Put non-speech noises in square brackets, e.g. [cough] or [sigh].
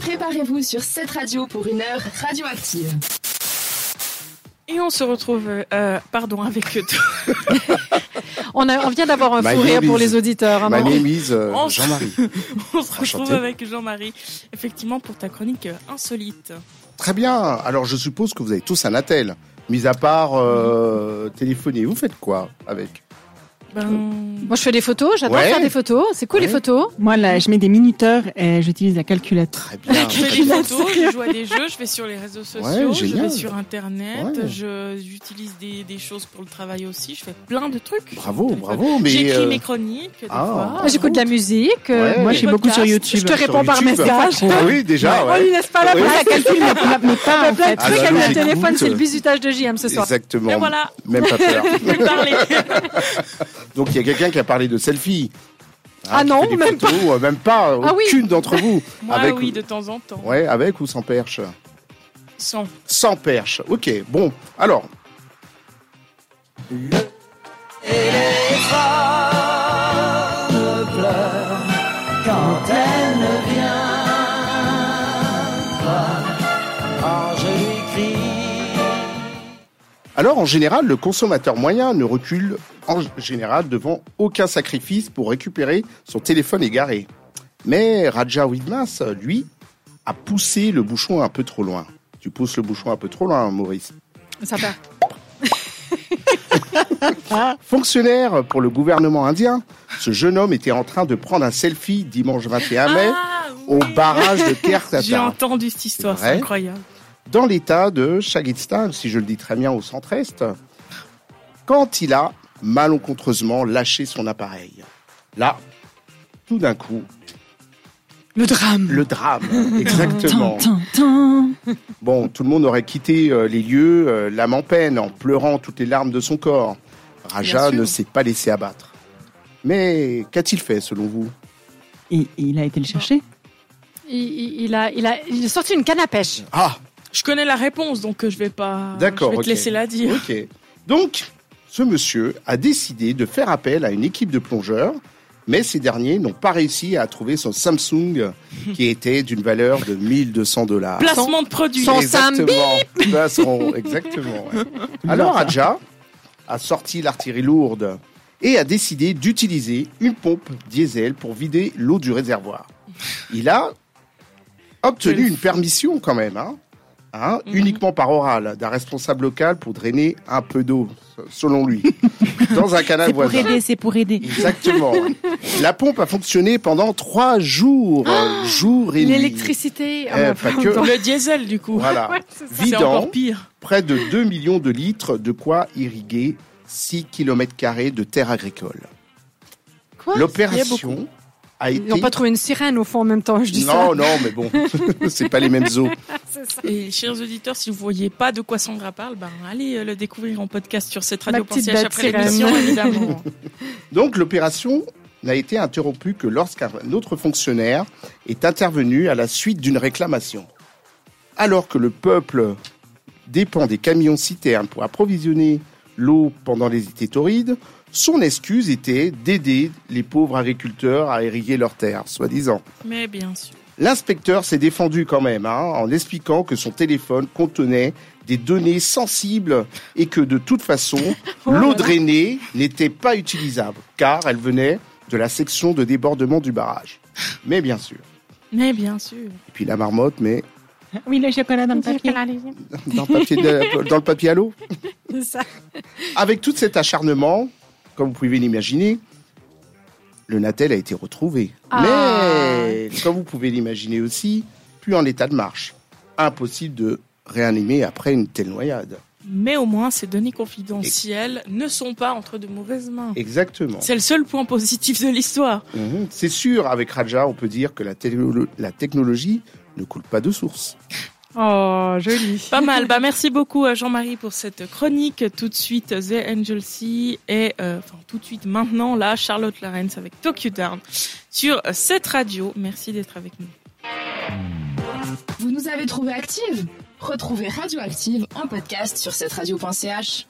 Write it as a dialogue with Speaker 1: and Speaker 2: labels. Speaker 1: Préparez-vous sur cette radio pour une heure radioactive.
Speaker 2: Et on se retrouve, euh, pardon, avec [laughs] toi.
Speaker 3: On, a- on vient d'avoir un
Speaker 4: My
Speaker 3: fou rire
Speaker 4: name
Speaker 3: pour
Speaker 4: is-
Speaker 3: les auditeurs. hein,
Speaker 4: Ma
Speaker 3: non
Speaker 4: name is, euh,
Speaker 2: Entre.
Speaker 4: Jean-Marie.
Speaker 2: on se retrouve
Speaker 4: Enchanté.
Speaker 2: avec Jean-Marie, effectivement, pour ta chronique euh, insolite.
Speaker 4: Très bien. Alors, je suppose que vous avez tous un attel. Mis à part euh, téléphoner, vous faites quoi avec
Speaker 2: Ben,
Speaker 3: Moi, je fais des photos. J'adore
Speaker 4: Ouais.
Speaker 3: faire des photos. C'est cool
Speaker 4: Ouais.
Speaker 3: les photos.
Speaker 5: Moi, là, je mets des minuteurs et j'utilise la calculette.
Speaker 4: Très bien.
Speaker 2: je fais des photos, je joue à des jeux, je vais sur les réseaux sociaux,
Speaker 4: Ouais,
Speaker 2: je
Speaker 4: génial.
Speaker 2: vais sur Internet,
Speaker 4: Ouais.
Speaker 2: je j'utilise des, des choses pour le travail aussi, je fais plein de trucs.
Speaker 4: Bravo, bravo. Mais
Speaker 2: J'écris
Speaker 4: euh,
Speaker 2: mes chroniques, des
Speaker 4: ah.
Speaker 2: fois.
Speaker 4: Ah,
Speaker 3: J'écoute de la musique. euh,
Speaker 4: Ouais.
Speaker 5: Moi, je suis
Speaker 2: Podcast.
Speaker 5: beaucoup sur YouTube.
Speaker 3: Je te
Speaker 4: sur
Speaker 3: réponds par
Speaker 4: YouTube.
Speaker 3: message.
Speaker 4: Ah oui, déjà.
Speaker 3: On
Speaker 4: ouais.
Speaker 3: lui laisse pas la
Speaker 4: Oui.
Speaker 3: place.
Speaker 5: La calcule, mais pas- mais
Speaker 3: [laughs]
Speaker 5: pas en
Speaker 3: plein de
Speaker 5: fait.
Speaker 4: Ah,
Speaker 3: trucs
Speaker 4: bah,
Speaker 3: avec
Speaker 4: nous,
Speaker 3: le téléphone.
Speaker 4: j'écoute.
Speaker 3: C'est le bizutage de JM ce soir.
Speaker 2: Et
Speaker 4: Exactement.
Speaker 2: voilà,
Speaker 4: Même pas peur.
Speaker 2: je
Speaker 4: [laughs]
Speaker 2: vais parler.
Speaker 4: Donc il y a quelqu'un qui a parlé de selfie.
Speaker 3: Ah
Speaker 4: qui
Speaker 3: non,
Speaker 4: fait des
Speaker 3: même
Speaker 4: photos, euh, même pas.
Speaker 3: Ah oui.
Speaker 4: aucune d'entre vous.
Speaker 2: Moi,
Speaker 4: Avec-
Speaker 2: oui, de temps en temps.
Speaker 4: Ouais, avec ou sans perche
Speaker 2: Sans.
Speaker 4: Sans perche. Ok. Bon. Alors. Alors, en général, le consommateur moyen ne recule en général devant aucun sacrifice pour récupérer son téléphone égaré. Mais Raja Widmas, lui, a poussé le bouchon un peu trop loin. Tu pousses le bouchon un peu trop loin, Maurice.
Speaker 3: Ça va.
Speaker 4: Fonctionnaire pour le gouvernement indien, ce jeune homme était en train de prendre un selfie dimanche 21 mai
Speaker 2: Ah,
Speaker 4: au
Speaker 2: oui.
Speaker 4: barrage de
Speaker 2: J'ai
Speaker 4: Kertata,
Speaker 2: entendu cette histoire,
Speaker 4: vrai
Speaker 2: c'est incroyable.
Speaker 4: dans l'état de Chagistan, si je le dis très bien, au centre-est, quand il a malencontreusement lâché son appareil. Là, tout d'un coup,
Speaker 5: Le drame.
Speaker 4: le drame, exactement.
Speaker 5: Tin, tin,
Speaker 4: Bon, tout le monde aurait quitté euh, les lieux, euh, l'âme en peine, en pleurant toutes les larmes de son corps. Raja
Speaker 2: Bien sûr.
Speaker 4: ne s'est pas laissé abattre. Mais qu'a-t-il fait, selon vous
Speaker 5: tin. Et et il a été le chercher.
Speaker 3: Il, il- il a, il, a, il a sorti une canne à pêche.
Speaker 4: Ah,
Speaker 2: Je connais la réponse, donc euh, je vais pas.
Speaker 4: D'accord,
Speaker 2: Je vais
Speaker 4: ok.
Speaker 2: te laisser la dire.
Speaker 4: Ok. Donc, ce monsieur a décidé de faire appel à une équipe de plongeurs, mais ces derniers n'ont pas réussi à trouver son Samsung qui était d'une valeur de 1200 dollars.
Speaker 2: Placement de produit.
Speaker 3: Ah, Sans-
Speaker 4: Exactement. Bah, son- exactement. ouais. Alors Adja a sorti l'artillerie lourde et a décidé d'utiliser une pompe diesel pour vider l'eau du réservoir. Il a obtenu
Speaker 2: Quel
Speaker 4: une permission quand même, hein, hein,
Speaker 2: Mhm.
Speaker 4: uniquement par oral, d'un responsable local pour drainer un peu d'eau, selon
Speaker 5: [laughs]
Speaker 4: lui, dans un canal
Speaker 5: C'est pour
Speaker 4: voisin.
Speaker 5: aider, c'est pour aider.
Speaker 4: Exactement. ouais. La pompe a fonctionné pendant trois jours,
Speaker 5: Ah
Speaker 4: euh, jour et nuit.
Speaker 3: L'électricité. oh,
Speaker 4: Eh, pas que.
Speaker 2: Le diesel, du coup.
Speaker 4: Voilà.
Speaker 3: Ouais, c'est ça.
Speaker 2: C'est
Speaker 4: Vidant,
Speaker 2: encore pire.
Speaker 4: près de 2 millions de litres de quoi irriguer 6 km de terres agricoles.
Speaker 3: Quoi Il y a beaucoup.
Speaker 4: L'opération a
Speaker 3: Ils
Speaker 4: été...
Speaker 3: n'ont pas trouvé une sirène au fond en même temps, je dis
Speaker 4: non, non, mais bon, [laughs] c'est pas les mêmes eaux.
Speaker 3: ça. C'est ça.
Speaker 2: Et chers auditeurs, si vous voyez pas de quoi Sandra parle, ben, allez euh, le découvrir en podcast sur cette
Speaker 3: Ma
Speaker 2: radio
Speaker 3: petite
Speaker 2: PCH
Speaker 3: bête
Speaker 2: après
Speaker 3: sirène.
Speaker 2: l'émission,
Speaker 3: [laughs]
Speaker 2: évidemment.
Speaker 4: Donc l'opération n'a été interrompue que lorsqu'un autre fonctionnaire est intervenu à la suite d'une réclamation. Alors que le peuple dépend des camions citernes pour approvisionner l'eau pendant les étés torrides, son excuse était d'aider les pauvres agriculteurs à irriguer leurs terres, soi-disant.
Speaker 2: Mais bien sûr.
Speaker 4: L'inspecteur s'est défendu quand même hein, en expliquant que son téléphone contenait des données sensibles et que de toute façon, l'eau drainée n'était pas utilisable car elle venait de la section de débordement du barrage. Mais bien sûr.
Speaker 2: Mais bien sûr.
Speaker 4: Et puis la marmotte, mais
Speaker 5: Oui, le chocolat dans le papier.
Speaker 4: dans le papier, de- dans le papier à l'eau.
Speaker 3: C'est ça.
Speaker 4: Avec tout cet acharnement, comme vous pouvez l'imaginer, le Natel a été retrouvé.
Speaker 3: Ah.
Speaker 4: Mais, comme vous pouvez l'imaginer aussi, plus en état de marche. Impossible de réanimer après une telle noyade.
Speaker 2: Mais au moins, ces données confidentielles ne sont pas entre de mauvaises mains. [laughs]
Speaker 4: Exactement.
Speaker 2: C'est le seul point positif de l'histoire.
Speaker 4: Mhm. C'est sûr, avec Raja, on peut dire que la, télo- la technologie ne coule pas de source.
Speaker 3: Oh, joli.
Speaker 2: [laughs] Pas mal. Bah, merci beaucoup à Jean-Marie pour cette chronique. Tout de suite, The Angel Sea et, euh, enfin, tout de suite maintenant, là, Charlotte Lawrence avec Tokyo Down sur cette radio. Merci d'être avec nous.
Speaker 1: Vous nous avez trouvé active Retrouvez Radioactive en podcast sur cette radio.ch.